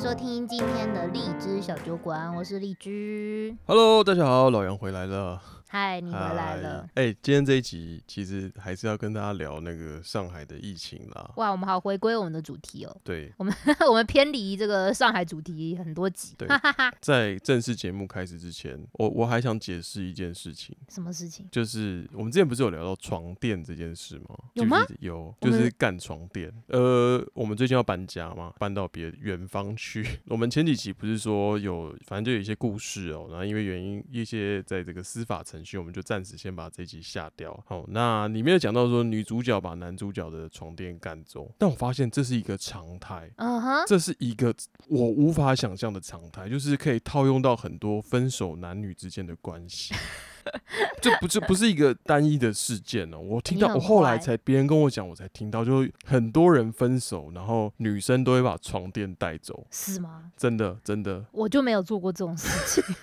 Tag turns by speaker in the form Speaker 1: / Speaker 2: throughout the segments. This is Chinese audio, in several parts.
Speaker 1: 收听今天的荔枝小酒馆，我是荔枝。
Speaker 2: Hello，大家好，老杨回来了，
Speaker 1: 嗨，你回来了
Speaker 2: 嗨。哎、今天这一集其实还是要跟大家聊那个上海的疫情啦。
Speaker 1: 哇，我们好回归我们的主题哦，
Speaker 2: 对，
Speaker 1: 我们偏离这个上海主题很多集，
Speaker 2: 对
Speaker 1: 哈哈哈。
Speaker 2: 在正式节目开始之前，我我还想解释一件事情，
Speaker 1: 什么事情？
Speaker 2: 就是我们之前不是有聊到床垫这件事吗？
Speaker 1: 有吗
Speaker 2: 就是、有，
Speaker 1: 我
Speaker 2: 就
Speaker 1: 们
Speaker 2: 是干床垫。呃，我们最近要搬家嘛，搬到别远方去。 我们前几期不是说有，反正就有一些故事哦。然后因为原因，一些在这个司法程序，我们就暂时先把这一集下掉。好，那里面有讲到说女主角把男主角的床垫干走，但我发现这是一个常态。
Speaker 1: 嗯哼，
Speaker 2: 这是一个我无法想象的常态，就是可以套用到很多分手男女之间的关系。这不是不是一个单一的事件哦、我听
Speaker 1: 你
Speaker 2: 到
Speaker 1: 很
Speaker 2: 我后来才别人跟我讲，我才听到，就是很多人分手，然后女生都会把床垫带走，
Speaker 1: 是吗？
Speaker 2: 真的真的，
Speaker 1: 我就没有做过这种事情，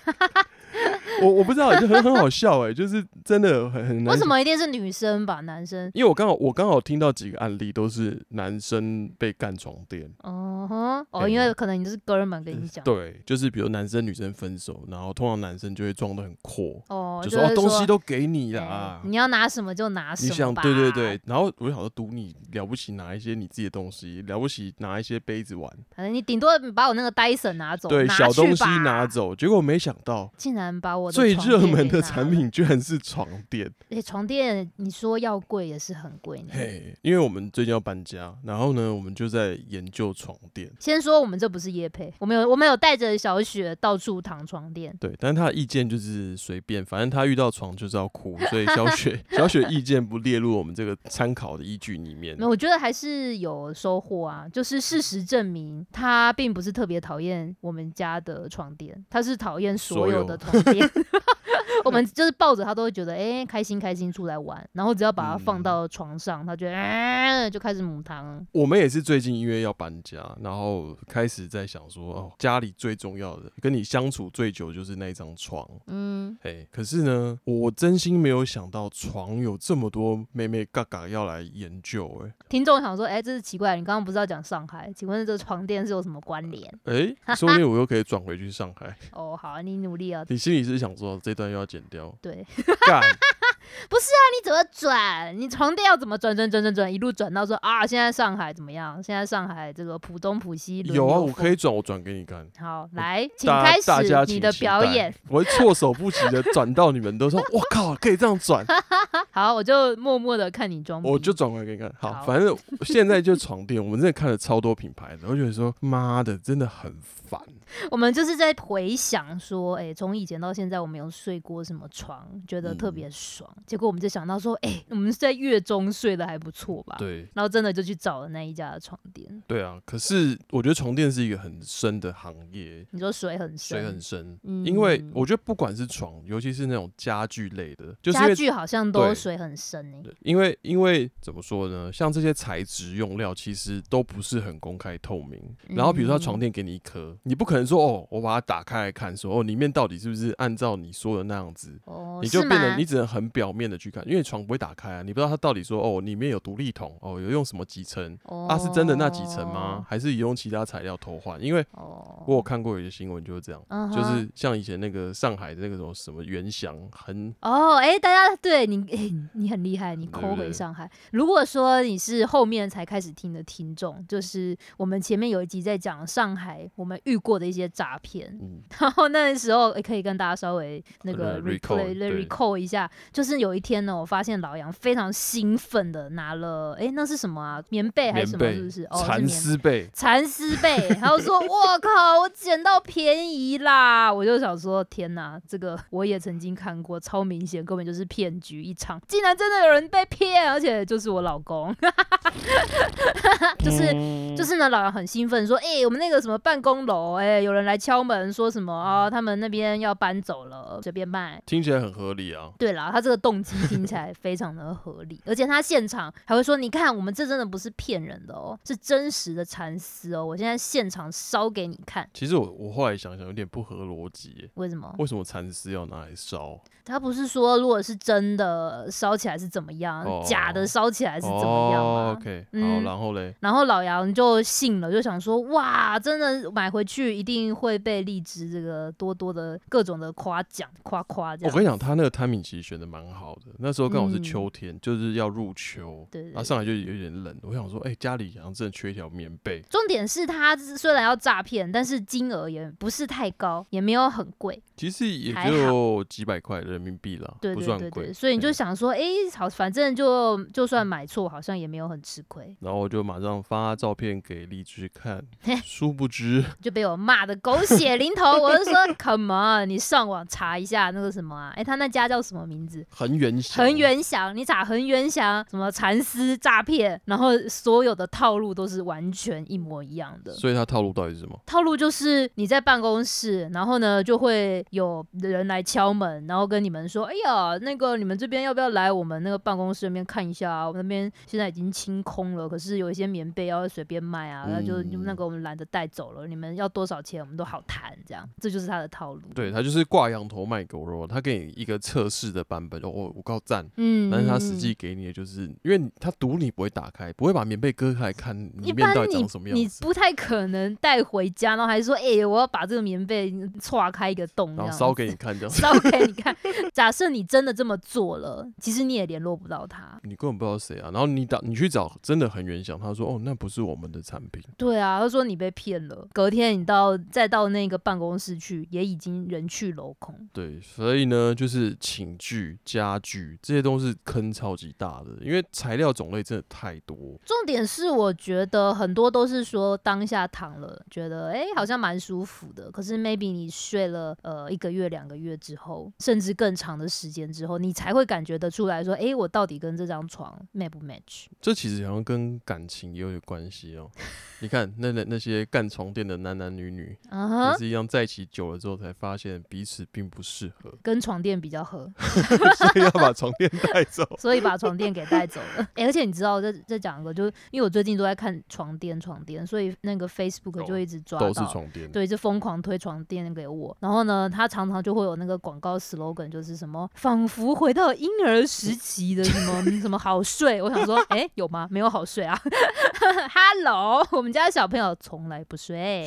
Speaker 2: 我我不知道，就很很好笑哎、就是真的很很难。
Speaker 1: 为什？么一定是女生吧？男生？
Speaker 2: 因为我刚好我刚好听到几个案例都是男生被干床垫，
Speaker 1: 哦哼，哦，
Speaker 2: 哎
Speaker 1: 因为可能你是哥们跟你讲，
Speaker 2: 对，就是比如男生女生分手，然后通常男生就会装的很阔，
Speaker 1: 哦，
Speaker 2: 就
Speaker 1: 就
Speaker 2: 说、哦、
Speaker 1: 是
Speaker 2: 东西
Speaker 1: 说
Speaker 2: 都给你
Speaker 1: 哎
Speaker 2: 啦。
Speaker 1: 你要拿什么就拿什
Speaker 2: 你想
Speaker 1: 么吧，
Speaker 2: 对对对，，然后我就想说，赌你了不起拿一些你自己的东西，了不起拿一些杯子玩，
Speaker 1: 反正你顶多把我那个 Dyson 拿走，
Speaker 2: 对
Speaker 1: 拿
Speaker 2: 小
Speaker 1: 去
Speaker 2: 东西
Speaker 1: 吧
Speaker 2: 拿，走。结果没想到
Speaker 1: 竟然把我的
Speaker 2: 最
Speaker 1: 床
Speaker 2: 热
Speaker 1: 垫啊
Speaker 2: 门
Speaker 1: 给
Speaker 2: 的
Speaker 1: 拿
Speaker 2: 产
Speaker 1: 了
Speaker 2: 品居然是床垫，
Speaker 1: 而且床垫你说要贵也是很贵呢。
Speaker 2: 嘿，因为我们最近要搬家，然后呢，我们就在研究床垫。
Speaker 1: 先说我们这不是夜配，我们有我们有带着小雪到处躺床垫，
Speaker 2: 对，但是他的意见就是随便，反正他遇到床就是要哭，所以小 雪小雪意见不列入我们这个参考的依据里面
Speaker 1: 没。有我觉得还是有收获啊。就是事实证明，他并不是特别讨厌我们家的床垫，他是讨厌所
Speaker 2: 所
Speaker 1: 有
Speaker 2: 有
Speaker 1: 的床 垫。 我们就是抱着他都会觉得哎、开心开心出来玩，然后只要把它放
Speaker 2: 嗯
Speaker 1: 到床上，他就哎、就开始母汤。
Speaker 2: 我们也是最近因为要搬家，然后开始在想说，哦，家里最重要的，跟你相处最久就是那一张床。
Speaker 1: 嗯，
Speaker 2: 哎，可是呢，我真心没有想到床有这么多妹妹嘎嘎要来研究、欸
Speaker 1: 听众想说哎、这是奇怪，你刚刚不是要讲上海？请问这个床垫是有什么关联？
Speaker 2: 哎，哎，说不定我又可以转回去上海。
Speaker 1: 哦，好，你努力啊。？
Speaker 2: 你心里是想说这段又要剪掉
Speaker 1: 对，
Speaker 2: 干，
Speaker 1: 你怎么转？你床垫要怎么转转转转转，一路转到说啊，现在上海怎么样？现在上海这个浦东浦西轮
Speaker 2: 有啊，
Speaker 1: 流
Speaker 2: 我
Speaker 1: 风
Speaker 2: 可以转，我转给你看。
Speaker 1: 好来，请
Speaker 2: 大
Speaker 1: 开
Speaker 2: 家大家
Speaker 1: 始
Speaker 2: 请
Speaker 1: 你的
Speaker 2: 期
Speaker 1: 表
Speaker 2: 待
Speaker 1: 演。，
Speaker 2: 我会措手不及的转到你们都说，我靠，可以这样转，
Speaker 1: 好，我就默默的看你装逼。
Speaker 2: 我就转过来给你看。好，
Speaker 1: 嗯好
Speaker 2: 反正现在就床垫， 我们真的看了超多品牌的，我觉得说妈的，真的很烦。
Speaker 1: 我们就是在回想说，哎、从以前到现在，我们有睡过什么床，觉得特
Speaker 2: 嗯
Speaker 1: 别爽。结果我们就想到说，哎、我们在月中睡的还不错吧？。
Speaker 2: 对
Speaker 1: 然后真的就去找了那一家的床垫，
Speaker 2: 对啊，可是我觉得床垫是一个很深的行业，
Speaker 1: 你说水很深，
Speaker 2: 水很深。
Speaker 1: 嗯
Speaker 2: 因为我觉得不管是床，尤其是那种家具类的，就是因
Speaker 1: 家
Speaker 2: 为
Speaker 1: 具好像都
Speaker 2: 对
Speaker 1: 水很深哎、
Speaker 2: 对因为因为怎么说呢，像这些材质用料其实都不是很公开透明。
Speaker 1: 嗯
Speaker 2: 然后比如说它床垫给你一颗，你不可能说哦，我把它打开来看，说哦里面到底是不是按照你说的那样子。
Speaker 1: 哦，
Speaker 2: 你就是变得
Speaker 1: 吗
Speaker 2: 你只能很表面的去看，因为床不会打开啊，你不知道它到底说哦里面有独立桶哦有用什么集成，
Speaker 1: 哦
Speaker 2: 啊是真的那几层吗？？还是用其他材料偷换？因为
Speaker 1: 哦，
Speaker 2: 我有看过有些新闻就是这样，
Speaker 1: 嗯
Speaker 2: 就
Speaker 1: 哼
Speaker 2: 是像以前那个上海的那个什么什么原祥很
Speaker 1: 哦，哎、大家对你、哎，你很厉害，你
Speaker 2: 对不
Speaker 1: 抠回
Speaker 2: 对
Speaker 1: 上海。如果说你是后面才开始听的听众，就是我们前面有一集在讲上海我们遇过的一些诈骗，
Speaker 2: 嗯
Speaker 1: 然后那时候、哎可以跟大家稍微那个 replay
Speaker 2: Re- recall，对
Speaker 1: recall 一下，就是有一天呢，我发现老杨非常兴奋的拿了，哎、那是什么啊？棉被还
Speaker 2: 棉
Speaker 1: 是什么？
Speaker 2: 被
Speaker 1: 是不是？哦，是
Speaker 2: 蚕
Speaker 1: 棉
Speaker 2: 丝被，
Speaker 1: 蚕丝被，然后说：“我靠，我捡到便宜啦！”我就想说：“天哪，这个我也曾经看过，超明显，根本就是骗局一场，竟然真的有人被骗，而且就是我老公， 就是。”就是呢，老杨很兴奋说：“哎、我们那个什么办公楼，哎、有人来敲门，说什么啊、他们那边要搬走了，随便卖。
Speaker 2: 听起来很合理啊”。
Speaker 1: 对啦，他这个动机听起来非常的合理，而且他现场还会说：“你看，我们这真的不是骗人的哦，是真实的蚕丝哦，我现在现场烧给你看。
Speaker 2: 其实我我后来想想有点不合逻辑耶”，
Speaker 1: 哦为什么？
Speaker 2: 为什么蚕丝要拿来烧？
Speaker 1: 他不是说如果是真的的烧起来是怎么样，
Speaker 2: 哦
Speaker 1: 假的烧起来是怎么样嘛。
Speaker 2: 哦，OK，好，
Speaker 1: 嗯
Speaker 2: 然后嘞，
Speaker 1: 然后老杨就信了，就想说哇，真的买回去一定会被荔枝这个多多的各种的夸奖夸夸这
Speaker 2: 我
Speaker 1: 样。
Speaker 2: 跟你讲，他那个 timing 其实选的蛮好的。那时候刚好是
Speaker 1: 嗯
Speaker 2: 秋天，就是要入秋，
Speaker 1: 对对
Speaker 2: 然后
Speaker 1: 对
Speaker 2: 上来就有一点冷。我想说，哎、家里好像真的缺一条棉被。
Speaker 1: 重点是他虽然要诈骗，但是金额也不是太高，也没有很贵，
Speaker 2: 其实也
Speaker 1: 还
Speaker 2: 就几百块人民币啦，
Speaker 1: 对
Speaker 2: 不
Speaker 1: 对
Speaker 2: 算
Speaker 1: 对
Speaker 2: 贵。
Speaker 1: 对，所以你就
Speaker 2: 对
Speaker 1: 想说，哎、好，反正就就算买错，好像也没有很吃亏，
Speaker 2: 然后我就马上发照片给荔枝看
Speaker 1: 嘿，
Speaker 2: 殊 不知
Speaker 1: 就被我骂的狗血淋头。我 就说，Come on，你上网查一下那个什么啊，哎、他那家叫什么名字？
Speaker 2: 很远小
Speaker 1: 恒源祥，你查恒源祥什么蚕丝诈骗，然后所有的套路都是完全一模一样的。
Speaker 2: 所以他套路到底是什么？
Speaker 1: 套路就是你在办公室，然后呢就会有人来敲门，然后跟你们说：“哎呀，那个你们这边要不要来我们那个办公室那边看一下啊？我们那边现在已经清空了，可是有一些棉被要随便卖啊，
Speaker 2: 嗯
Speaker 1: 那就就那个我们懒得带走了，你们要多少钱我们都好谈。”这样，这就是他的套路。
Speaker 2: 对他就是挂羊头卖狗肉，他给你一个测试的版本，哦，我我告赞。
Speaker 1: 嗯，嗯，
Speaker 2: 但是他实际给你的就是，因为他赌你不会打开，不会把棉被割开来看
Speaker 1: 一
Speaker 2: 里面
Speaker 1: 般
Speaker 2: 到底
Speaker 1: 你
Speaker 2: 长什么
Speaker 1: 你
Speaker 2: 样子，
Speaker 1: 不太可能带回家，然后还说：“哎、我要把这个棉被嗯岔开一个洞，这
Speaker 2: 然
Speaker 1: 样啊
Speaker 2: 后
Speaker 1: 子
Speaker 2: 烧 给你看这样子，
Speaker 1: 烧给你看。假设你真的这么做了，其实你也联络不到他。
Speaker 2: 你根本不知道谁啊。然后你打你去找，真的很远想，他说哦，那不是我们的产品，
Speaker 1: 对啊，他说你被骗了。隔天你到再到那个办公室去，也已经人去楼空。
Speaker 2: 对，所以呢，就是寝具、家具这些都是坑超级大的，因为材料种类真的太多。
Speaker 1: 重点是，我觉得很多都是说当下躺了，觉得诶好像蛮舒服的。可是 maybe 你睡了呃一个月、两个月之后，甚至更长的时间之后，你才会感觉得出来说，诶，我到底跟这张床 match 不 match？
Speaker 2: 这其实好像跟感情也有点关系哦。你看那那那些干床垫的男男女女，
Speaker 1: 嗯
Speaker 2: 也
Speaker 1: 哼，
Speaker 2: 是一样在一起久了之后才发现彼此并不适合，
Speaker 1: 跟床垫比较合。
Speaker 2: 所以要把床垫带走。
Speaker 1: 所以把床垫给带走了。 诶而且你知道，这这讲一个，就是因为我最近都在看床垫，床垫，所以那个 Facebook
Speaker 2: 哦
Speaker 1: 就一直抓
Speaker 2: 都是
Speaker 1: 到。
Speaker 2: 床垫，
Speaker 1: 对，就疯狂推床垫给我，然后呢，他常常就会有那个广告 slogan，就是什么仿佛回到婴儿时期的什么 什么好睡。我想说，诶，有吗？没有好睡啊 ！Hello，我们家小朋友从来不睡，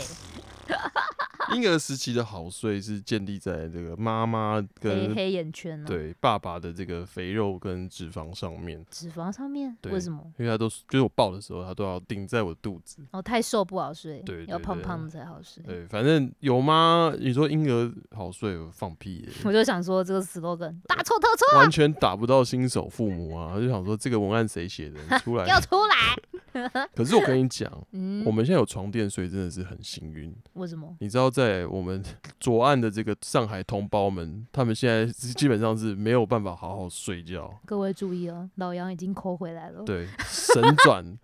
Speaker 2: 婴儿时期的好睡是建立在这个妈妈
Speaker 1: 黑
Speaker 2: 跟
Speaker 1: 黑眼圈啊，
Speaker 2: 对爸爸的这个肥肉跟脂肪上面，
Speaker 1: 脂肪上面
Speaker 2: 对
Speaker 1: 为什么？
Speaker 2: 因为他都是就是我抱的时候，他都要顶在我肚子。
Speaker 1: 哦，太瘦不好睡，
Speaker 2: 对
Speaker 1: 要
Speaker 2: 对
Speaker 1: 胖
Speaker 2: 对
Speaker 1: 胖的才好睡。
Speaker 2: 对，反正有吗？你说婴儿好睡，我放屁、
Speaker 1: 我
Speaker 2: 耶，
Speaker 1: 就想说这个 slogan 大错特错，
Speaker 2: 完全打不到新手父母啊！就想说这个文案谁写 的？你出
Speaker 1: 要
Speaker 2: 来。
Speaker 1: 出来。
Speaker 2: 可是我跟你讲，
Speaker 1: 嗯
Speaker 2: 我，们现在有床垫睡真的是很幸运。
Speaker 1: 为什么？
Speaker 2: 你知道，在我们 左岸的这个上海同胞们，他们现在是基本上是没有办法好好睡觉，
Speaker 1: 各位注意哦，老杨已经抠回来了。，
Speaker 2: 对，神 转。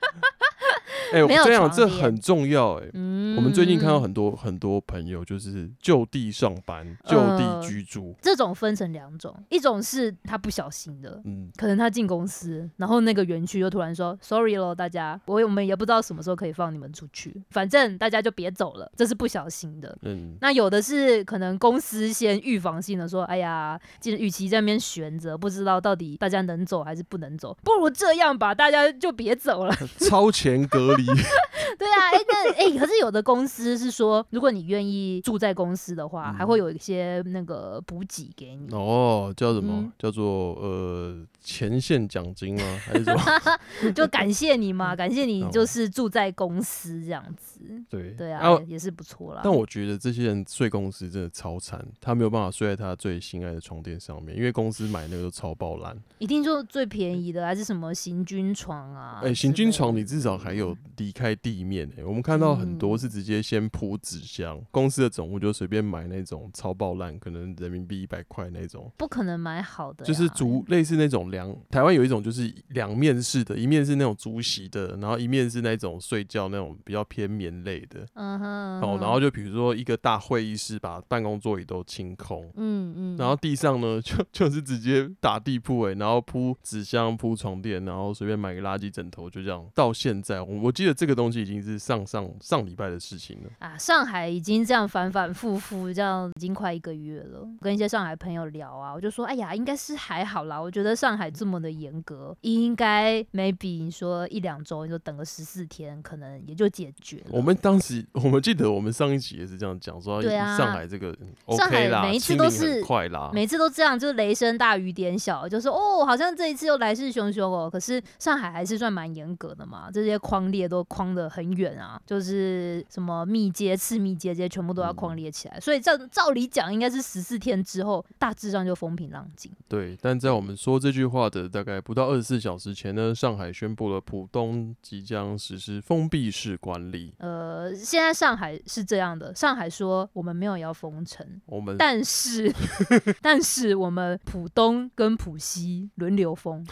Speaker 2: 哎、我
Speaker 1: 没有
Speaker 2: 这样
Speaker 1: 床
Speaker 2: 这
Speaker 1: 垫
Speaker 2: 很重要哎、
Speaker 1: 嗯
Speaker 2: 我们最近看到很多很多朋友就是就地上班、就地
Speaker 1: 呃
Speaker 2: 居住，
Speaker 1: 这种分成两种，一种是他不小心的。
Speaker 2: 嗯，
Speaker 1: 可能他进公司，然后那个园区就突然说 “sorry 咯，大家，我我们也不知道什么时候可以放你们出去，反正大家就别走了”，这是不小心的。
Speaker 2: 嗯，
Speaker 1: 那有的是可能公司先预防性的说，哎呀，既然与其在那边悬着，不知道到底大家能走还是不能走，不如这样吧，大家就别走了。
Speaker 2: 超前隔离，
Speaker 1: 对啊，哎、那哎、可是有的公司是说，如果你愿意住在公司的话，还
Speaker 2: 嗯
Speaker 1: 会有一些那个补给给你。
Speaker 2: 哦，叫什么？
Speaker 1: 嗯
Speaker 2: 叫做呃前线奖金吗？还是什么？
Speaker 1: 就感谢你嘛，感谢你
Speaker 2: 哦
Speaker 1: 就是住在公司这样子，
Speaker 2: 对
Speaker 1: 对啊，
Speaker 2: 然后
Speaker 1: 也也是不错啦。
Speaker 2: 但我觉得这些人睡公司真的超惨，他没有办法睡在他最心爱的床垫上面，因为公司买那个都超爆烂。
Speaker 1: 一定就最便宜的，还是什么行军床啊？
Speaker 2: 哎、行军床你
Speaker 1: 之
Speaker 2: 至少还有离开地面、欸，我们看到很多
Speaker 1: 嗯
Speaker 2: 是直接先铺纸箱，公司的总务就随便买那种超爆烂，可能人民币一百块那种。
Speaker 1: 不可能买好的呀，
Speaker 2: 就是竹类似那种凉，台湾有一种就是两面式的，一面是那种竹席的，然后一面是那种睡觉那种比较偏棉类的。
Speaker 1: 嗯哼，嗯
Speaker 2: 哦，
Speaker 1: 哼
Speaker 2: 然后就比如说一个大会议室，把办公座椅都清空，
Speaker 1: 嗯嗯，
Speaker 2: 然后地上呢就 就是直接打地欸铺哎、然后铺纸箱、铺床垫，然后随便买个垃圾枕头，就这样。到现在我我记得这个东西已经是上上上礼拜的事情了。
Speaker 1: 啊，上海已经这样反反复复，这样已经快一个月了。跟一些上海朋友聊啊，我就说，哎呀，应该是还好啦。我觉得上海这么的严格，应该 maybe 你说一两周，你就等个十四天，可能也就解决了。
Speaker 2: 我们当时，我们记得我们上一集也是这样讲，说
Speaker 1: 对啊
Speaker 2: 上海这个、嗯
Speaker 1: 上海
Speaker 2: OK 啦，
Speaker 1: 每一次
Speaker 2: 清
Speaker 1: 都
Speaker 2: 零
Speaker 1: 是
Speaker 2: 很快啦，
Speaker 1: 每次都这样，就是雷声大雨点小，就说哦，好像这一次又来势汹汹哦。可是上海还是算蛮严格的嘛，这些框列都框得很远啊，就是什么密接、次密接这些全部都要框列起来。所以照照理讲，应该是十四天之后，大致上就风平浪静。
Speaker 2: 对，但在我们说这句话的大概不到二十四小时前呢，上海宣布了浦东即将实施封闭式管理。
Speaker 1: 呃，现在上海是这样的，上海说我们没有要封城，
Speaker 2: 我们
Speaker 1: 但是 但是我们浦东跟浦西轮流 封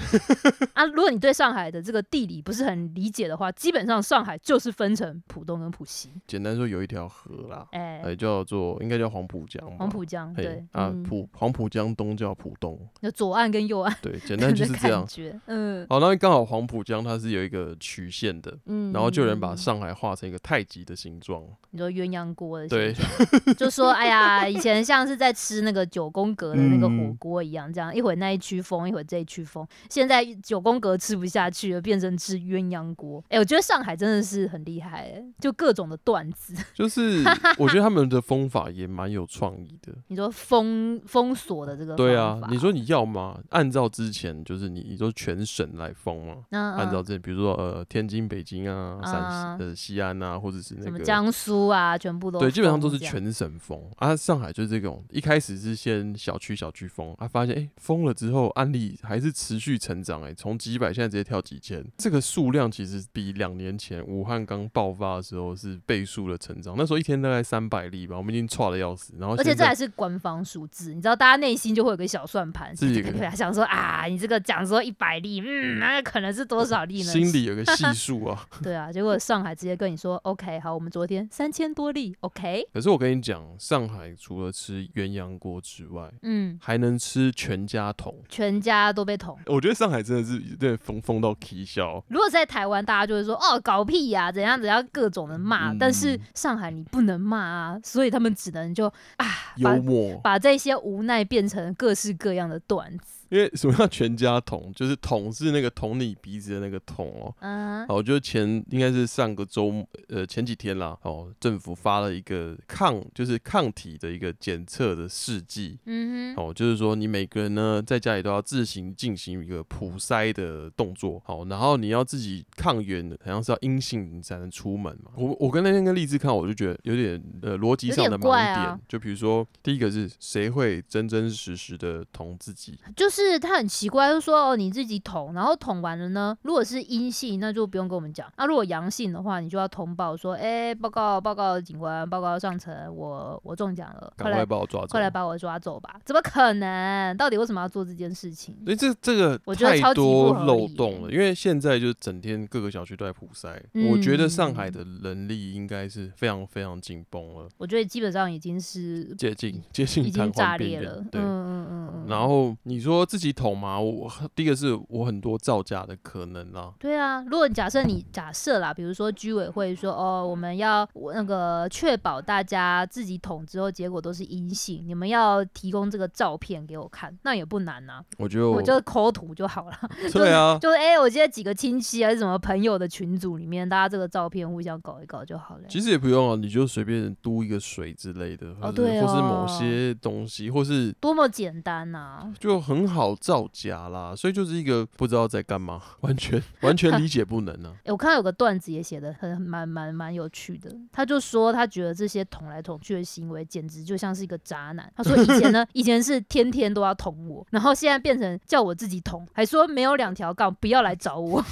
Speaker 1: 啊。如果你对上海的这个地理不是很理解的话，基本上上海就是分成浦东跟浦西。
Speaker 2: 简单说有一条河啦，
Speaker 1: 哎、
Speaker 2: 哎、叫做应该叫黄浦江吧。
Speaker 1: 黄浦江
Speaker 2: 嘿
Speaker 1: 对
Speaker 2: 啊，
Speaker 1: 嗯
Speaker 2: 浦黄浦江东叫浦东，
Speaker 1: 有左岸跟右岸
Speaker 2: 对， 简
Speaker 1: 的
Speaker 2: 单就是这
Speaker 1: 感
Speaker 2: 样。
Speaker 1: 觉，嗯
Speaker 2: 好，那刚好黄浦江它是有一个曲线的，
Speaker 1: 嗯。
Speaker 2: 然后就有人把上海画成一个太极的形状。
Speaker 1: 你说鸳鸯锅的
Speaker 2: 对
Speaker 1: 形状，就说哎呀，以前像是在吃那个九宫格的那个火
Speaker 2: 嗯
Speaker 1: 锅一样，这样一会儿那一区封，一会儿这一区封。现在九宫格吃不下去了，变成吃鸳鸯锅。哎、我觉得上海真的是很厉害、哎就各种的段子。
Speaker 2: 就是 我觉得他们的风法也蛮有创意的。
Speaker 1: 你说封封锁的这个
Speaker 2: 对啊
Speaker 1: 方，法
Speaker 2: 你说你要吗？按照之前就是你，你说全省来封嘛？
Speaker 1: 那
Speaker 2: 按照之前，比如说呃天津、北京啊、
Speaker 1: 啊
Speaker 2: 陕西、呃西安啊，或者是
Speaker 1: 什
Speaker 2: 那
Speaker 1: 么
Speaker 2: 个
Speaker 1: 江苏啊，全部都
Speaker 2: 对，基本上都是
Speaker 1: 封这样
Speaker 2: 全省封啊。上海就是这种，一开始是先小区小区封啊，发现哎、诶封了之后案例还是持续成长哎、诶从几百现在直接跳几千，这个数量其实比两年前武汉刚爆发的时候是倍数的成长，那时候一天大概三百例吧，我们已经差的要死，然后
Speaker 1: 而且
Speaker 2: 现
Speaker 1: 这
Speaker 2: 在
Speaker 1: 还是官方数字，你知道，大家内心就会有个小算盘，
Speaker 2: 自己给
Speaker 1: 想说啊，你这个讲说一百例，嗯，那可能是多少例呢？
Speaker 2: 心里有个系数啊。
Speaker 1: 对啊，结果上海直接跟你说，OK，好，我们昨天三千多例，OK，
Speaker 2: 可是我跟你讲，上海除了吃鸳鸯锅之外，
Speaker 1: 嗯，
Speaker 2: 还能吃全家桶。
Speaker 1: 全家都被捅。
Speaker 2: 我觉得上海真的是真的疯疯到啼笑，
Speaker 1: 如果在台湾，大家就会说哦，搞屁呀、怎样怎样，各种的骂。
Speaker 2: 嗯
Speaker 1: 但是上海你不能骂啊，所以他们只能就啊，把
Speaker 2: 幽默。
Speaker 1: 把这些无奈变成各式各样的段子。
Speaker 2: 因为什么叫全家桶？就是桶是那个捅你鼻子的那个桶哦。
Speaker 1: 嗯，
Speaker 2: 好，就前应该是上个周末呃前几天啦，哦，政府发了一个抗就是抗体的一个检测的试剂。
Speaker 1: 嗯哼，
Speaker 2: 哦，就是说你每个人呢，在家里都要自行进行一个普筛的动作，好，然后你要自己抗原，好像是要阴性你才能出门嘛。我我跟那天跟荔枝看，我就觉得有点呃逻辑
Speaker 1: 有
Speaker 2: 上
Speaker 1: 点
Speaker 2: 的盲
Speaker 1: 怪
Speaker 2: 点，
Speaker 1: 啊
Speaker 2: 就比如说第一个是谁会真真实实的捅自己，
Speaker 1: 就是他很奇怪，就说哦你自己捅，然后捅完了呢，如果是阴性，那就不用跟我们讲；那如果阳性的话，你就要通报说，哎、报告报告警官，报告上层，我我中奖了，快
Speaker 2: 赶
Speaker 1: 来
Speaker 2: 快把我抓走，
Speaker 1: 快来把我抓走吧！怎么可能？到底为什么要做这件事情？
Speaker 2: 所以这这个
Speaker 1: 我觉得超
Speaker 2: 太
Speaker 1: 级不合
Speaker 2: 多
Speaker 1: 理欸
Speaker 2: 漏洞了，因为现在就是整天各个小区都在普筛，
Speaker 1: 嗯
Speaker 2: 我觉得上海的人力应该是非常非常紧绷了，
Speaker 1: 我觉得基本上已经是
Speaker 2: 接近接近
Speaker 1: 已
Speaker 2: 瘫
Speaker 1: 经炸
Speaker 2: 痪
Speaker 1: 裂
Speaker 2: 边
Speaker 1: 了
Speaker 2: 缘。。
Speaker 1: 嗯
Speaker 2: 对，
Speaker 1: 嗯嗯嗯。
Speaker 2: 然后你说自己捅嘛，我第一个是我很多造假的可能啦，
Speaker 1: 对啊，如果假设你假设啦，比如说居委会说哦，我们要我那个确保大家自己捅之后结果都是阴性，你们要提供这个照片给我看，那也不难啊，
Speaker 2: 我就
Speaker 1: 我就抠图就好了。
Speaker 2: 对哦啊，
Speaker 1: 就哎、我记得几个亲戚还是什么朋友的群组里面，大家这个照片互相搞一搞就好了。
Speaker 2: 其实也不用啊，你就随便嘟一个水之类的，或者
Speaker 1: 对
Speaker 2: 或是某
Speaker 1: 哦
Speaker 2: 些东西，或是
Speaker 1: 多么简单啊呐、
Speaker 2: 就很好造假啦，所以就是一个不知道在干嘛，完全完全理解不能 啊。
Speaker 1: 欸我看到有个段子也写的很蛮蛮蛮有趣的，他就说他觉得这些捅来捅去的行为简直就像是一个渣男。他说以前呢，以前是天天都要捅我，然后现在变成叫我自己捅，还说没有两条杠不要来找我。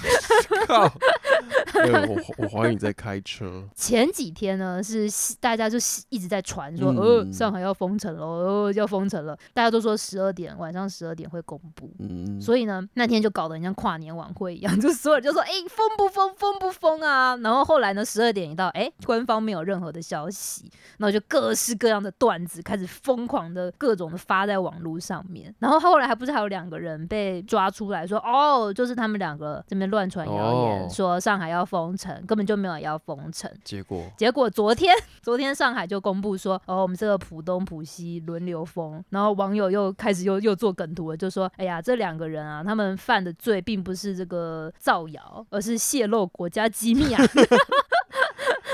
Speaker 2: 靠！哎我我怀疑你在开车。
Speaker 1: 前几天呢是大家就一直在传说，
Speaker 2: 嗯
Speaker 1: 呃，上海要封城了，哦，要封城了，大家都说十二点晚上十二点会公布。
Speaker 2: 嗯，
Speaker 1: 所以呢，那天就搞得很像跨年晚会一样， 就所有人就说：“哎、封不封？封不封啊？”然后后来呢，十二点一到，哎、官方没有任何的消息，然后就各式各样的段子开始疯狂的各种的发在网络上面。然后后来还不是还有两个人被抓出来说：“哦，就是他们两个这边乱传谣言，
Speaker 2: 哦
Speaker 1: 说上海要要封城，根本就没有要封城。
Speaker 2: 结果
Speaker 1: 结果昨天， 昨天上海就公布说，哦，我们这个浦东、浦西轮流封，然后网友又开始又又做梗图了，就说，哎呀，这两个人啊，他们犯的罪并不是这个造谣，而是泄露国家机密 啊。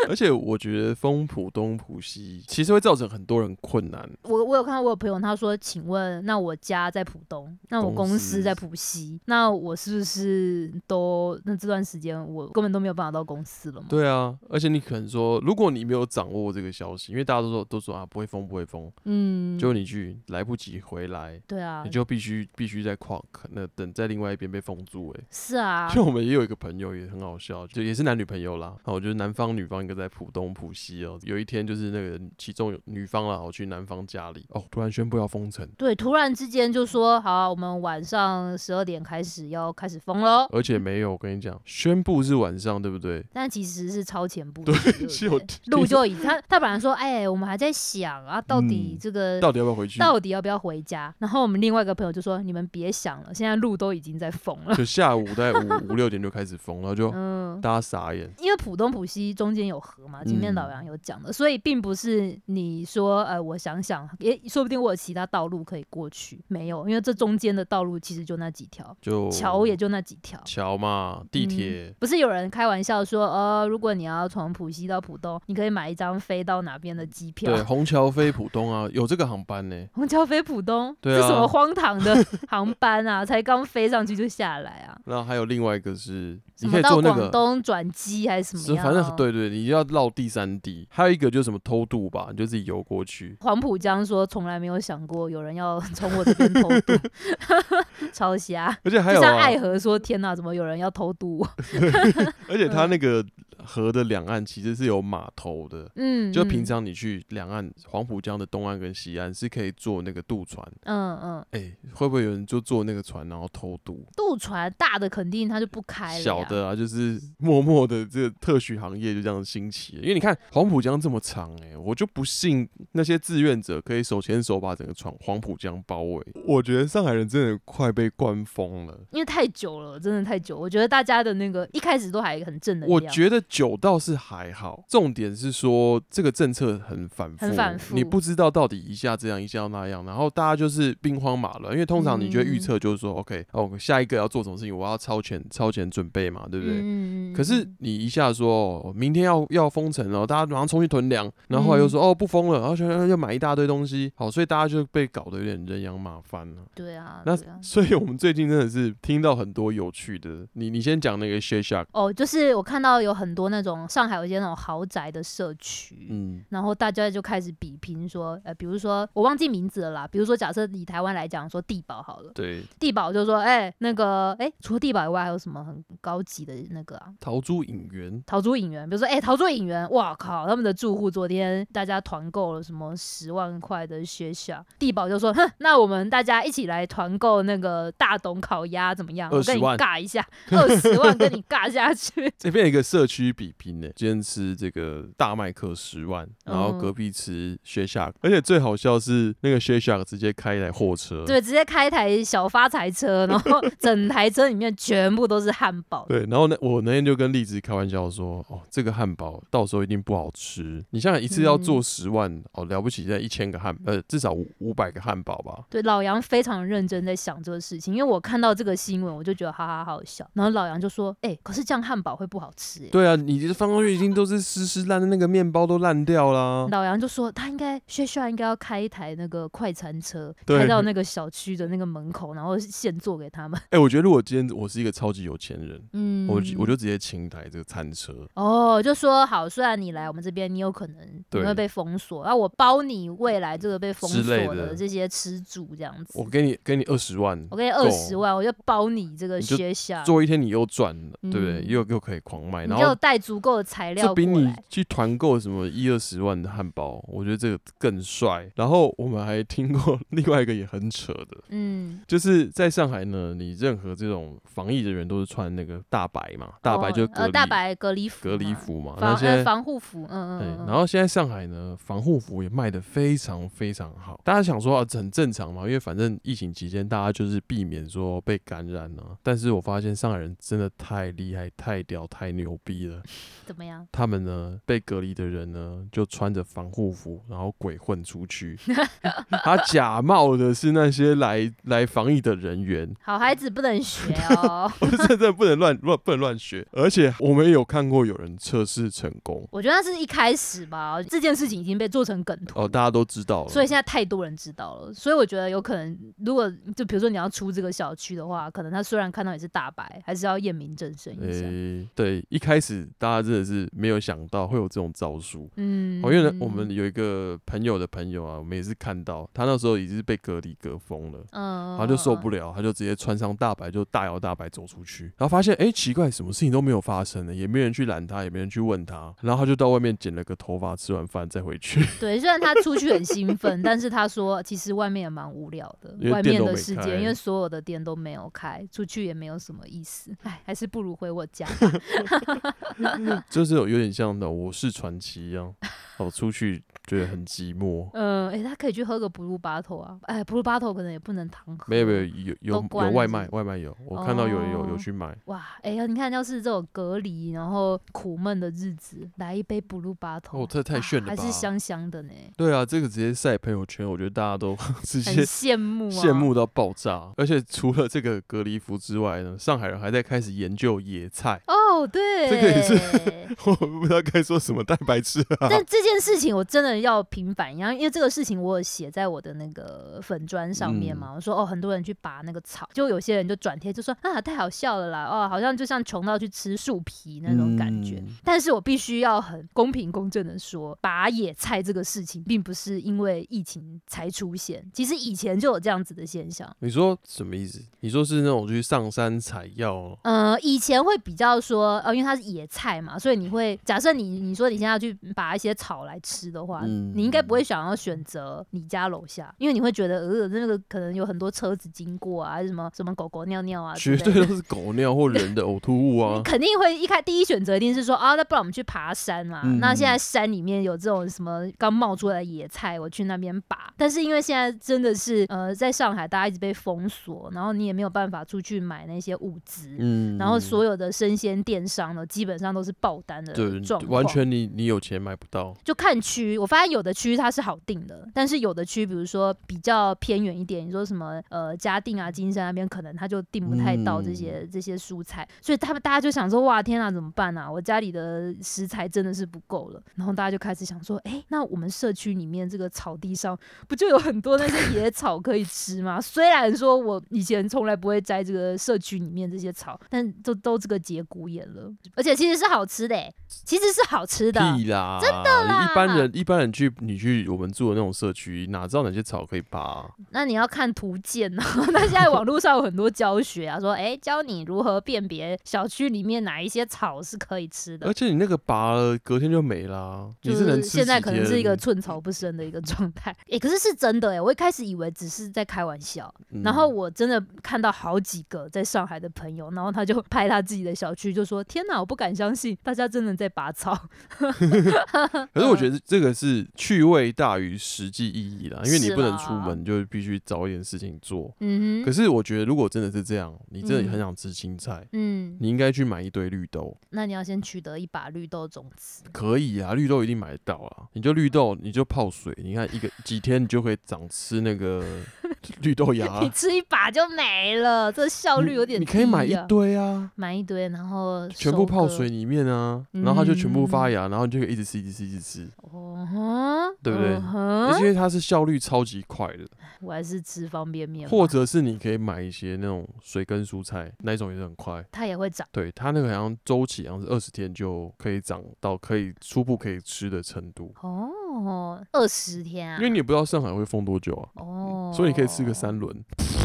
Speaker 2: 而且我觉得封浦东、浦西其实会造成很多人困难。
Speaker 1: 我我有看到我有朋友他说，请问那我家在浦东，那我公
Speaker 2: 公司
Speaker 1: 司在浦西，那我是不是都那这段时间我根本都没有办法到公司了吗？
Speaker 2: 对啊，而且你可能说，如果你没有掌握这个消息，因为大家都说都说啊不会封不会封，
Speaker 1: 嗯，
Speaker 2: 结果你去来不及回来，
Speaker 1: 对啊
Speaker 2: 你，就必须必须在跨那等在另外一边被封住哎、欸。
Speaker 1: 是啊，
Speaker 2: 就我们也有一个朋友也很好笑，就也是男女朋友啦。啊，我觉得男方女方一个在浦东浦西哦。有一天就是那个其中有女方啦，我去男方家里哦，突然宣布要封城，
Speaker 1: 对，突然之间就说好啊、我们晚上十二点开始要开始封喽。
Speaker 2: 而且没有我跟你讲，宣布是晚上对不对？
Speaker 1: 但其实是超前部署，对不
Speaker 2: 是有
Speaker 1: 对路就 已他他本来说，哎、我们还在想啊，到底
Speaker 2: 嗯
Speaker 1: 这个、
Speaker 2: 到底要不要回去？
Speaker 1: 到底要不要回家？然后我们另外一个朋友就说，你们别想了，现在路都已经在封了。
Speaker 2: 就下午大概五五六点就开始封，然后就
Speaker 1: 嗯，
Speaker 2: 大家傻眼。
Speaker 1: 因为浦东浦西中间有河嘛，前面老
Speaker 2: 嗯
Speaker 1: 杨有讲的，所以并不是你说呃，我想想，也说不定我有其他道路可以过去，没有，因为这中间的道路其实就那几条，
Speaker 2: 就
Speaker 1: 桥也就那几条。
Speaker 2: 桥嘛，地
Speaker 1: 嗯
Speaker 2: 铁、
Speaker 1: 不是有人开玩笑说，呃，如果你要从浦西到浦东，你可以买一张飞到哪边的机
Speaker 2: 对，
Speaker 1: 票。
Speaker 2: 虹桥飞浦东啊，有这个航班呢、
Speaker 1: 虹桥飞浦东，
Speaker 2: 对
Speaker 1: 这什
Speaker 2: 啊
Speaker 1: 么荒唐的 航班啊？才刚飞上去就下来啊？
Speaker 2: 然后还有另外一个是，
Speaker 1: 什
Speaker 2: 你
Speaker 1: 么
Speaker 2: 可以
Speaker 1: 到
Speaker 2: 坐那
Speaker 1: 广
Speaker 2: 个，
Speaker 1: 东转机还是什
Speaker 2: 是
Speaker 1: 么样？啊
Speaker 2: 反正对对，你要绕第三地。还有一个就是什么偷渡吧，你就自己游过去。
Speaker 1: 黄浦江说从来没有想过有人要 从我这边偷渡， 超瞎。
Speaker 2: 而且还
Speaker 1: 就
Speaker 2: 有、
Speaker 1: 像
Speaker 2: 啊，
Speaker 1: 爱河说，天哪，怎么有人要偷渡我？
Speaker 2: 而且
Speaker 1: 嗯
Speaker 2: 它那个河的两岸其实是有码头的。
Speaker 1: 嗯，
Speaker 2: 就平
Speaker 1: 嗯，
Speaker 2: 常你去两岸黄浦江的东岸跟西岸是可以坐那个渡船，
Speaker 1: 嗯嗯，
Speaker 2: 哎、会不会有人就坐那个船然后偷渡？
Speaker 1: 渡船大的肯定他就不开了，
Speaker 2: 小，的啊，就是默默的这个特许行业就这样兴起了。因为你看黄浦江这么长、欸，我就不信那些志愿者可以手牵手把整个闯黄浦江包围。我觉得上海人真的快被灌疯了。
Speaker 1: 因为太久了，真的太久。我觉得大家的那个一开始都还很正能量，
Speaker 2: 我觉得久倒是还好，重点是说这个政策很反复，
Speaker 1: 很反复
Speaker 2: 你不知道到底一下这样一下那样，然后大家就是兵荒马乱，因为通常你就会
Speaker 1: 嗯
Speaker 2: 预测就是说、o k 哦，下一个要做什么事情，我要超前超前准备嘛，对不对？
Speaker 1: 嗯嗯嗯
Speaker 2: 可是
Speaker 1: 嗯
Speaker 2: 你一下说哦明天要要封城了，大家马上冲去囤粮，然
Speaker 1: 嗯
Speaker 2: 后后来又说、哦不封了，然后就要买一大堆东西，好，所以大家就被搞得有点人仰马翻了。
Speaker 1: 对啊，
Speaker 2: 那
Speaker 1: 对啊
Speaker 2: 所以我们最近真的是听到很多有趣的，你你先讲那个嗯 share shock，
Speaker 1: 哦，就是我看到有很多那种上海有一些那种豪宅的社区。
Speaker 2: 嗯，
Speaker 1: 然后大家就开始比拼说，呃，比如说我忘记名字了啦，比如说假设以台湾来讲，说地堡好了，
Speaker 2: 对，
Speaker 1: 地堡就说，哎、那个，哎、除了地堡以外，还有什么很高级的那个啊？
Speaker 2: 桃珠影园，
Speaker 1: 陶朱影园，比如说，哎、陶朱影园，哇靠，他们的住户昨天大家团购了什么十万块的学校，地堡就说，哼，那我们大家一起来团购那个大董烤鸭怎么样？我跟你
Speaker 2: 20万
Speaker 1: 尬一下，二十万跟你尬下去。
Speaker 2: 这边有一个社区比拼呢、今天吃这个大麦克十万，然后
Speaker 1: 嗯
Speaker 2: 隔壁吃 share shock，、而且最好笑是那个 share shock 直接开一台货车，
Speaker 1: 对，直接开一台小发财车，然后整台车里面全部都是汉堡。
Speaker 2: 对，然后呢，我那天就跟荔枝开玩笑说，哦，这个汉堡到时候一定不好吃。你想想，一次要
Speaker 1: 嗯
Speaker 2: 做十万，哦，了不起，现在一千个汉，呃，至少五五百个汉堡吧。
Speaker 1: 对，老杨非常认真在想这个事情，因为我看到这个新闻，我就觉得哈哈好笑。然后老杨就说：“哎、可是这样汉堡会不好吃、欸。”
Speaker 2: 对啊，你这放上去已经都是湿湿烂的，那个面包都烂掉啦。
Speaker 1: 老杨就说他应该薛帅应该要开一台那个快餐车，
Speaker 2: 对
Speaker 1: 开到那个小区的那个门口，然后现做给他们。
Speaker 2: 哎、我觉得如果今天我是一个超级有钱人，
Speaker 1: 嗯，
Speaker 2: 我就我就直接请一台这个餐车，
Speaker 1: 哦，就说好，虽然你来我们这边，你有可能你
Speaker 2: 对
Speaker 1: 会被封锁，啊那我包你未来这个被封
Speaker 2: 之类
Speaker 1: 锁的
Speaker 2: 的
Speaker 1: 这些吃住这样子
Speaker 2: 我。给你给你二十万，
Speaker 1: 我给你二十万，我就包你这个
Speaker 2: 你就
Speaker 1: 学校，
Speaker 2: 做一天你又赚了，对不对？
Speaker 1: 嗯
Speaker 2: 又又可以狂卖，
Speaker 1: 你
Speaker 2: 然
Speaker 1: 给我
Speaker 2: 后
Speaker 1: 带足够的材料
Speaker 2: 这比
Speaker 1: 过
Speaker 2: 你
Speaker 1: 来。
Speaker 2: 去团购什么一二十万的汉堡，我觉得这个更帅。然后我们还听过 另外一个也很扯的，
Speaker 1: 嗯，
Speaker 2: 就是在上海呢，你任何这种防疫人员都是穿那个大白嘛，大白
Speaker 1: 哦
Speaker 2: 就隔离、
Speaker 1: 呃大白隔离服嘛，
Speaker 2: 隔离服嘛。
Speaker 1: 防
Speaker 2: 那现
Speaker 1: 呃
Speaker 2: 在
Speaker 1: 防护服，嗯嗯
Speaker 2: 对
Speaker 1: 嗯，嗯，
Speaker 2: 然后现在上海呢，防护服也卖得非常非常好。大家想说啊，这很正常嘛，因为反正疫情期间大家就是避免说被感染啊。但是我发现上海人真的太厉害、太屌、太牛逼了。
Speaker 1: 怎么样？
Speaker 2: 他们呢，被隔离的人呢，就穿着防护服，然后鬼混出 去。他假冒的是那些来来防疫的人员，
Speaker 1: 好孩子不能学哦。
Speaker 2: 我是真的不能乱乱不能乱学。而且我们也有看过有人测试成功，
Speaker 1: 我觉得那是一开始吧，这件事情已经被做成梗图
Speaker 2: 哦，大家都知道了。
Speaker 1: 所以现在太多人知道了，所以我觉得有可能，如果就比如说你要出这个小区的话，可能他虽然看到你是大白，还是要验明正身一
Speaker 2: 诶、
Speaker 1: 下。
Speaker 2: 对，一开始大家真的是没有想到会有这种招数。
Speaker 1: 嗯，
Speaker 2: 哦，因为呢，我们有一个朋友的朋友啊，我们也是看到他那时候已经是被隔离隔疯了，
Speaker 1: 嗯，
Speaker 2: 他就受
Speaker 1: 了。
Speaker 2: 不了，他就直接穿上大白，就大摇大摆走出去，然后发现哎、诶奇怪，什么事情都没有发生呢，也没人去拦他，也没人去问他，然后他就到外面剪了个头发，吃完饭再回 去，
Speaker 1: 对，虽然他出去很兴奋， 但是他说其实外面也蛮无聊的
Speaker 2: 因，为
Speaker 1: 外
Speaker 2: 店
Speaker 1: 面
Speaker 2: 都
Speaker 1: 的
Speaker 2: 没
Speaker 1: 世
Speaker 2: 开
Speaker 1: 界因为所有的店都没有开，出去也没有什么意思，哎，还是不如回我家 吧。。
Speaker 2: 就是有有点像的《我是传奇》一样，哦，出去觉得很寂寞
Speaker 1: 嗯，哎，他可以去喝个 blue bottle 啊，哎，blue bottle 可能也不能糖喝。
Speaker 2: 没有没有有
Speaker 1: 都
Speaker 2: 有
Speaker 1: 关
Speaker 2: 有
Speaker 1: 了
Speaker 2: 外
Speaker 1: 是不
Speaker 2: 卖
Speaker 1: 是
Speaker 2: 外卖有，我看到有人有有
Speaker 1: 哦
Speaker 2: 去买，
Speaker 1: 哇，哎、呀，你看，要是这种隔离，然后苦闷的日子，来一杯 Blue Bottle，、
Speaker 2: 哦，这太炫了
Speaker 1: 还
Speaker 2: 吧！
Speaker 1: 是香香 的呢，
Speaker 2: 对啊，这个直接晒朋友圈，我觉得大家都 直
Speaker 1: 很
Speaker 2: 接
Speaker 1: 羡慕啊，
Speaker 2: 羡慕到爆炸。而且除了这个隔离服之外呢，上海人还在开始研究野菜，
Speaker 1: 哦，对，
Speaker 2: 这个也是
Speaker 1: 是。
Speaker 2: 我不知道该说什么，太白痴了、
Speaker 1: 但这件事情我真的要平反一下，因为这个事情我有写在我的那个粉砖上面
Speaker 2: 嗯
Speaker 1: 嘛，我说哦，很多人去拔那个草，就有些人就转贴就说啊，太好笑了啦，哦，好像就像穷到去吃树皮那种感觉。
Speaker 2: 嗯
Speaker 1: 但是我必须要很公平公正的说，拔野菜这个事情，并不是因为疫情才出现，其实以前就有这样子的现象。
Speaker 2: 你说什么意思？你说是那种去上山采药哦？
Speaker 1: 呃，以前会比较说，呃，因为它是野菜嘛，所以你会假设你你说你现在要去拔一些草来吃的话，
Speaker 2: 嗯
Speaker 1: 你应该不会想要选择你家楼下，因为你会觉得呃那个可能有很多车子经过啊，还是什么什么狗狗尿尿啊之类的，
Speaker 2: 绝对都是狗尿或人的呕吐物
Speaker 1: 你
Speaker 2: 啊！
Speaker 1: 肯定会一开第一选择一定是说啊，那不然我们去爬山嘛。
Speaker 2: 嗯
Speaker 1: 那现在山里面有这种什么刚冒出来的野菜，我去那边拔。但是因为现在真的是呃，在上海大家一直被封锁，然后你也没有办法出去买那些物资。
Speaker 2: 嗯
Speaker 1: 然后所有的生鲜电商呢，基本上都是爆单的
Speaker 2: 对
Speaker 1: 状，况，
Speaker 2: 完全你你有钱买不到。
Speaker 1: 就看区，我发现有的区它是好定的，但是有的区，比如说比较偏远一点，你说什么呃嘉定啊、金山那边，可能它就订不太到这些、这些蔬菜，所以他们大家就想说，哇，天啊，怎么办啊？我家里的食材真的是不够了。然后大家就开始想说，哎、那我们社区里面这个草地上不就有很多那些野草可以吃吗？虽然说我以前从来不会摘这个社区里面这些草，但都都这个节骨眼了，而且其实是好吃的、欸，其实是好吃的。
Speaker 2: 屁啦！真的一般人一般人去你去我们住的那种社区，哪知道哪些草可以拔啊、
Speaker 1: 那你要看图鉴哦。 那现在网络上有很多教学啊，说哎、诶教你如何辨别小区里面哪一些草是可以吃
Speaker 2: 而
Speaker 1: 的。
Speaker 2: 且你那个拔了，隔天就没啦。
Speaker 1: 就
Speaker 2: 你是能
Speaker 1: 是
Speaker 2: 吃
Speaker 1: 现在
Speaker 2: 几
Speaker 1: 可能是一个
Speaker 2: 天，
Speaker 1: 寸草不生的一个状态，哎、可是是真的哎、我一开始以为只是在开玩笑，
Speaker 2: 嗯
Speaker 1: 然后我真的看到好几个在上海的朋友，然后他就拍他自己的小区，就说：“天哪，我不敢相信，大家真的在拔 草。
Speaker 2: 可是我
Speaker 1: 呃
Speaker 2: 觉得这个是趣味大于实际意义啦，因为你
Speaker 1: 是
Speaker 2: 不能
Speaker 1: 啦
Speaker 2: 出门，就必须找一点事情做”。
Speaker 1: 嗯
Speaker 2: 可
Speaker 1: 哼，
Speaker 2: 是我觉得，如果真的是这样，你真的很
Speaker 1: 嗯
Speaker 2: 想吃青菜，
Speaker 1: 嗯，
Speaker 2: 你应该去买一堆绿豆。
Speaker 1: 那你要先取得一把绿豆种子。
Speaker 2: 可以啊，绿豆一定买得到啊。你就绿豆，你就泡水，你看一个几天你就可以长吃那个 绿豆芽
Speaker 1: 你。吃一把就没了，这效率有点、
Speaker 2: 啊你
Speaker 1: 低
Speaker 2: 可以买一
Speaker 1: 啊
Speaker 2: 堆啊，
Speaker 1: 买一堆，然后
Speaker 2: 全部
Speaker 1: 收
Speaker 2: 泡
Speaker 1: 割
Speaker 2: 水。里面啊，然后它就全部发
Speaker 1: 嗯
Speaker 2: 芽，然后你就可以一直吃，一直吃，一直吃。
Speaker 1: 哦哼，
Speaker 2: 对不对
Speaker 1: 嗯
Speaker 2: 而
Speaker 1: 哼
Speaker 2: 且它是效率超级快的，
Speaker 1: 我还是吃方便面吧，
Speaker 2: 或者是你可以买一些那种水跟蔬菜，那一种也是很快。
Speaker 1: 它也会长。
Speaker 2: 对它那个好像周期好像是二十天就可以长到可以初步可以吃的程度，
Speaker 1: 哦，二十天啊
Speaker 2: 因为，你也不知道上海会封多久啊，
Speaker 1: 哦，
Speaker 2: 所以你可以吃个三轮。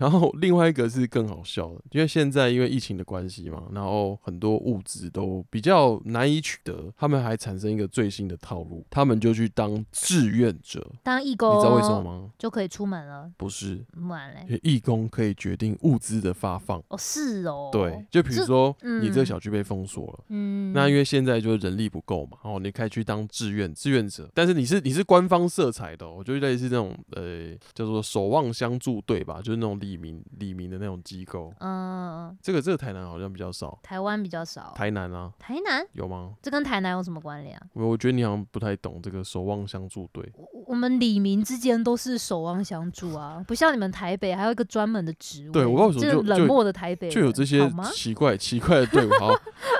Speaker 2: 然后另外一个是更好笑的，因为现在因为疫情的关系嘛，然后很多物资都比较难以取得，他们还产生一个最新的套路，他们就去当志愿者。
Speaker 1: 当义工，
Speaker 2: 你知道为什么吗？
Speaker 1: 就可以出门了？
Speaker 2: 不是，
Speaker 1: 不然嘞
Speaker 2: 因？为义工可以决定物资的发放。
Speaker 1: 哦，是哦，
Speaker 2: 对，，就比如说
Speaker 1: 嗯
Speaker 2: 你这个小区被封锁了。
Speaker 1: 嗯，
Speaker 2: 那因为现在就是人力不够嘛，哦，你可以去当志愿志愿者，但是你是你是官方色彩的、哦，我就类似那种呃叫做守望相助队吧，就是那种李明李明的那种机构。
Speaker 1: 嗯，
Speaker 2: 这个这个台南好像比较少，
Speaker 1: 台湾比较少，
Speaker 2: 台南啊
Speaker 1: 台南
Speaker 2: 有吗？
Speaker 1: 这跟台南有什么关联啊？
Speaker 2: 我我觉得你好像不太懂这个守望相助队。
Speaker 1: 我我们李明之间都是守望相助啊，不像你们台北还有一个专门的职位，
Speaker 2: 对我不知道为什么
Speaker 1: 这
Speaker 2: 就
Speaker 1: 冷
Speaker 2: 就
Speaker 1: 漠的台北
Speaker 2: 就有
Speaker 1: 人
Speaker 2: 这些
Speaker 1: 好吗？
Speaker 2: 奇怪奇怪的 队伍。好，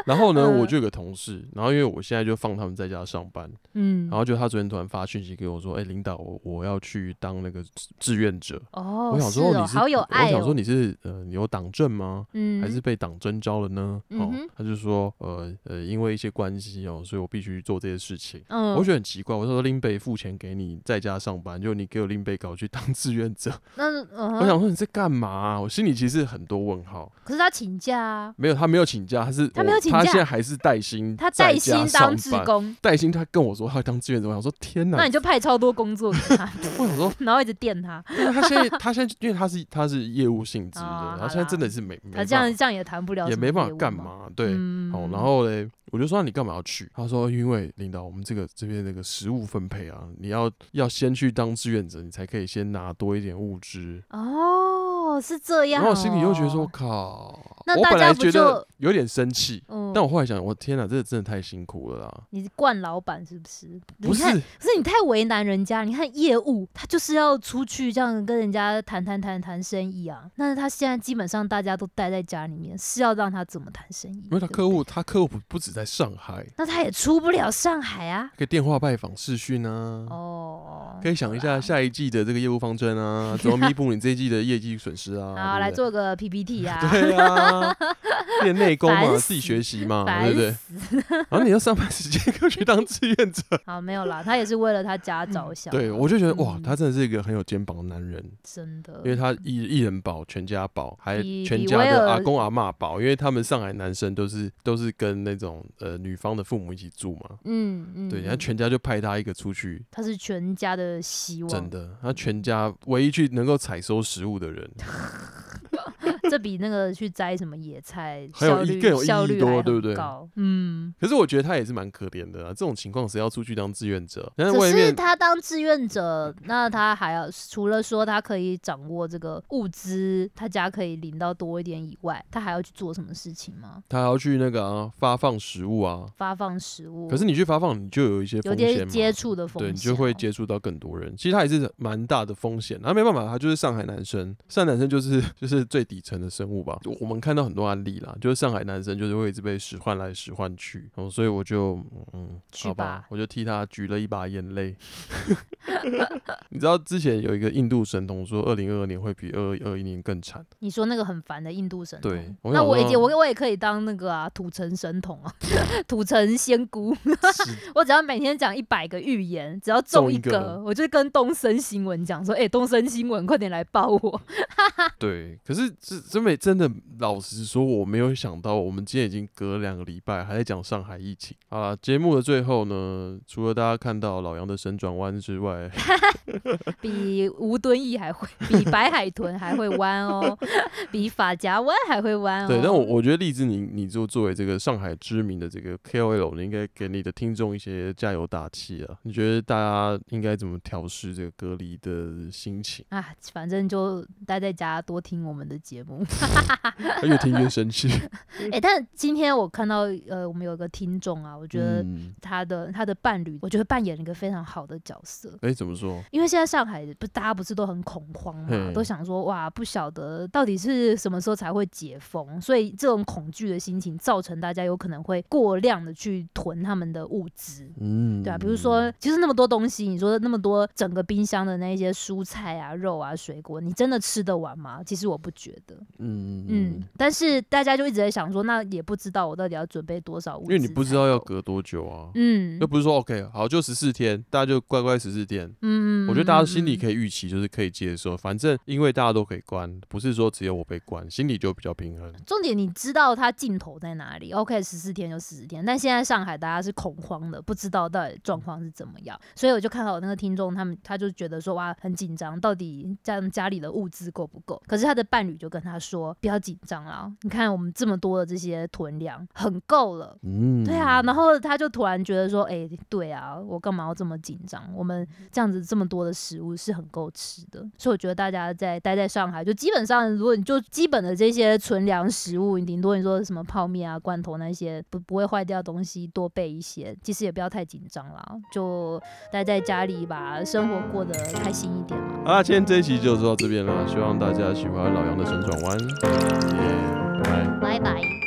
Speaker 2: 然后呢，
Speaker 1: 嗯
Speaker 2: 我就有个同事，然后因为我现在就放他们在家上班，
Speaker 1: 嗯
Speaker 2: 然，后就他昨天突然发讯息给我说：“哎、领导，我我要去当那个志志愿者。”
Speaker 1: 哦，
Speaker 2: 我想说
Speaker 1: 是
Speaker 2: 你
Speaker 1: 哦，
Speaker 2: 是，
Speaker 1: 好有爱
Speaker 2: 我想说
Speaker 1: 哦，
Speaker 2: 你是呃你有党政吗？
Speaker 1: 嗯，
Speaker 2: 还是被党征召了呢？哦
Speaker 1: 嗯哼，
Speaker 2: 他就说呃呃，因为一些关系哦，所以我必须做这些事情。
Speaker 1: 嗯，
Speaker 2: 我觉得很奇怪，我说林北付钱给你在家上班，就你给我林北搞去当 志愿者，
Speaker 1: 那嗯
Speaker 2: 我
Speaker 1: 哼，
Speaker 2: 想说你在干嘛啊、我心里其实很多问号。
Speaker 1: 可是他请假啊，
Speaker 2: 没有，他没有请假，他是
Speaker 1: 他没有
Speaker 2: 我
Speaker 1: 请
Speaker 2: 他
Speaker 1: 假
Speaker 2: 现在还是带薪，
Speaker 1: 他带薪当志
Speaker 2: 志工，
Speaker 1: 工，
Speaker 2: 带薪他跟我说他要当志愿者，我想说天
Speaker 1: 那
Speaker 2: 哪
Speaker 1: 你，就派超多工作给他，
Speaker 2: 我想说
Speaker 1: 然后一直电他，
Speaker 2: 因为他现在他现在因为他是他是业务性质的，
Speaker 1: 哦
Speaker 2: 然
Speaker 1: 好
Speaker 2: 后现在
Speaker 1: 啦
Speaker 2: 真的是没没
Speaker 1: 他
Speaker 2: 办
Speaker 1: 这样
Speaker 2: 法，
Speaker 1: 这样也谈不了，
Speaker 2: 也没办法干？嘛，对，
Speaker 1: 嗯
Speaker 2: 好，然后嘞，我就说那你干嘛要去？他说因为领导，我们这个这边那个食物分配啊，你要要先去当志愿者，你才可以先拿多一点物资。
Speaker 1: 哦，是这样
Speaker 2: 然
Speaker 1: 哦，
Speaker 2: 后我心里又觉得说，靠，
Speaker 1: 那
Speaker 2: 我
Speaker 1: 大
Speaker 2: 本
Speaker 1: 家
Speaker 2: 来
Speaker 1: 不
Speaker 2: 觉得
Speaker 1: 就
Speaker 2: 有点生气，
Speaker 1: 嗯，
Speaker 2: 但我后来想，我天哪，这个真的太辛苦了啦。
Speaker 1: 你是惯老板是不是？
Speaker 2: 不
Speaker 1: 你
Speaker 2: 是
Speaker 1: 看，可是你太为难人家。你看业务，他就是要出去这样跟人家谈谈谈谈生意啊。但是他现在基本上大家都待在家里面，是要让他怎么谈生意？
Speaker 2: 因为他
Speaker 1: 对不
Speaker 2: 客
Speaker 1: 对，
Speaker 2: 户，他客户不不止在上海，
Speaker 1: 那他也出不了上海啊。
Speaker 2: 可以电话拜访、视讯啊，
Speaker 1: 哦，
Speaker 2: 可以想一下下一季的这个业务方针啊，怎么弥补你这一季的业绩损失啊？
Speaker 1: 好，
Speaker 2: 对
Speaker 1: 来
Speaker 2: 不对
Speaker 1: 做个 PPT 啊。
Speaker 2: 对啊， 练内功嘛，
Speaker 1: 烦
Speaker 2: 自己学习嘛，
Speaker 1: 烦
Speaker 2: 对不对？ 然后你要上班时间 又去当志愿者，
Speaker 1: 好，没有啦，他也是为了他家着想啊。
Speaker 2: 嗯对我就觉得哇，
Speaker 1: 嗯
Speaker 2: 他真的是一个很有肩膀的男人，
Speaker 1: 真的，
Speaker 2: 因为他一一人保全家保，还
Speaker 1: 比
Speaker 2: 全
Speaker 1: 比
Speaker 2: 家
Speaker 1: 威
Speaker 2: 的阿
Speaker 1: 尔
Speaker 2: 公阿嬷保，因为他们上海男生都是都是跟那种呃女方的父母一起住嘛，
Speaker 1: 嗯嗯，
Speaker 2: 对，然后全家就派他一个出去，
Speaker 1: 他是全家的希望，
Speaker 2: 真的，他全家唯一去能够采收食物的人，
Speaker 1: 这比那个去摘什么野菜
Speaker 2: 还有
Speaker 1: 效
Speaker 2: 意
Speaker 1: 率
Speaker 2: 更有意义
Speaker 1: 效率
Speaker 2: 多
Speaker 1: 还很
Speaker 2: 对不对
Speaker 1: 高嗯，
Speaker 2: 可是我觉得他也是蛮可怜的啊，这种情况谁要出去当志愿者？但是
Speaker 1: 可
Speaker 2: 外
Speaker 1: 是
Speaker 2: 面
Speaker 1: 他当志愿者，那他还要除了说他可以掌握这个物资，他家可以领到多一点以外，他还要去做什么事情吗？
Speaker 2: 他还要去那个啊发放食物啊，
Speaker 1: 发放食物，
Speaker 2: 可是你去发放，你就有一些
Speaker 1: 哦有
Speaker 2: 风险
Speaker 1: 点
Speaker 2: 嘛
Speaker 1: 接触的风
Speaker 2: 对
Speaker 1: 险哦，
Speaker 2: 你就会接触到更多人。其实他也是蛮大的风险，啊那没办法，他就是上海男生，上海男生就是 就是最底层的生物吧。我们看到很多案例啦，就是上海男生就是会一直被使唤来使唤去，哦，所以我就嗯，
Speaker 1: 去
Speaker 2: 好吧
Speaker 1: 吧，
Speaker 2: 我就替他举了一把眼泪。 你知道之前有一个印度神童说，二零二二年会比二二一年更惨，
Speaker 1: 你说那个很烦的印度神童，
Speaker 2: 对我
Speaker 1: 那
Speaker 2: 想
Speaker 1: 我也
Speaker 2: 说
Speaker 1: 我 我也可以当那个啊土城神童啊， 土城仙姑，我只要每天讲一百个预言，只要中
Speaker 2: 中一
Speaker 1: 一个，
Speaker 2: 个
Speaker 1: 我就跟东森新闻讲说，哎、东森新闻快点来报我，
Speaker 2: 对，可是这真没真的，老实说，我没有想到，我们今天已经隔两个礼拜还在讲上海疫情啊。节目的最后呢，除了大家看到老杨的神转弯之
Speaker 1: 哦
Speaker 2: 外，
Speaker 1: 比吴敦义还会，比白海豚还会弯哦，比法夹弯还会弯哦。
Speaker 2: 对，但我我觉得荔枝你，你就作为这个上海知名的这个 KOL，你应该给你的听众一些加油打气啊。你觉得大家应该怎么调试这个隔离的心情？
Speaker 1: 啊，反正就待在家多听我们的节 目。
Speaker 2: 越听越生气。
Speaker 1: 哎、但今天我看到呃，我们有一个听众啊，我觉得
Speaker 2: 嗯，
Speaker 1: 他的、他的伴侣，我觉得扮演了一个非常好的角色。
Speaker 2: 哎、怎么说？
Speaker 1: 因为现在上海不大家不是都很恐慌嘛
Speaker 2: 嘿，
Speaker 1: 都想说哇，不晓得到底是什么时候才会解封，所以这种恐惧的心情造成大家有可能会过量的去囤他们的物资。
Speaker 2: 嗯，
Speaker 1: 对啊，比如说，其实那么多东西，你说那么多整个冰箱的那一些蔬菜啊、肉啊、水果，你真的吃得完吗？其实我不觉得。
Speaker 2: 嗯
Speaker 1: 嗯，但是大家就一直在想说，那也不知道我到底要准备多少物
Speaker 2: 因
Speaker 1: 资，
Speaker 2: 为你不知道要，隔多久啊，
Speaker 1: 嗯
Speaker 2: 又不是说 OK 好就十四天，大家就乖乖十四天。
Speaker 1: 嗯，
Speaker 2: 我觉得大家心里
Speaker 1: 以，
Speaker 2: 可以预期，就是可以接受，反正因为大家都可以关，不是说只有我被关，心里就比较平衡。
Speaker 1: 重点你知道它尽头在哪里？OK，十四天就十四天，但现在上海大家是恐慌的，不知道到底状况是怎么样，所以我就看到我那个听众他们，他就觉得说哇很紧张，到底家家里的物资够不够？可是他的伴侣就跟他说不要紧张啦，你看我们这么多的这些囤粮很够了。
Speaker 2: 嗯，
Speaker 1: 对啊，然后他就突然觉得说，哎、对啊，我干嘛要这么紧张？我们这样子这么多的食物是很够吃的，所以我觉得大家在待在上海，就基本上如果你就基本的这些存粮食物，你顶多你说什么泡面啊、罐头那些不不会坏掉的东西，多备一些，其实也不要太紧张啦，就待在家里把生活过得开心一点嘛。
Speaker 2: 好啦，今天这一期就做到这边啦，希望大家喜欢老杨的神转弯，耶、拜拜。
Speaker 1: 拜拜。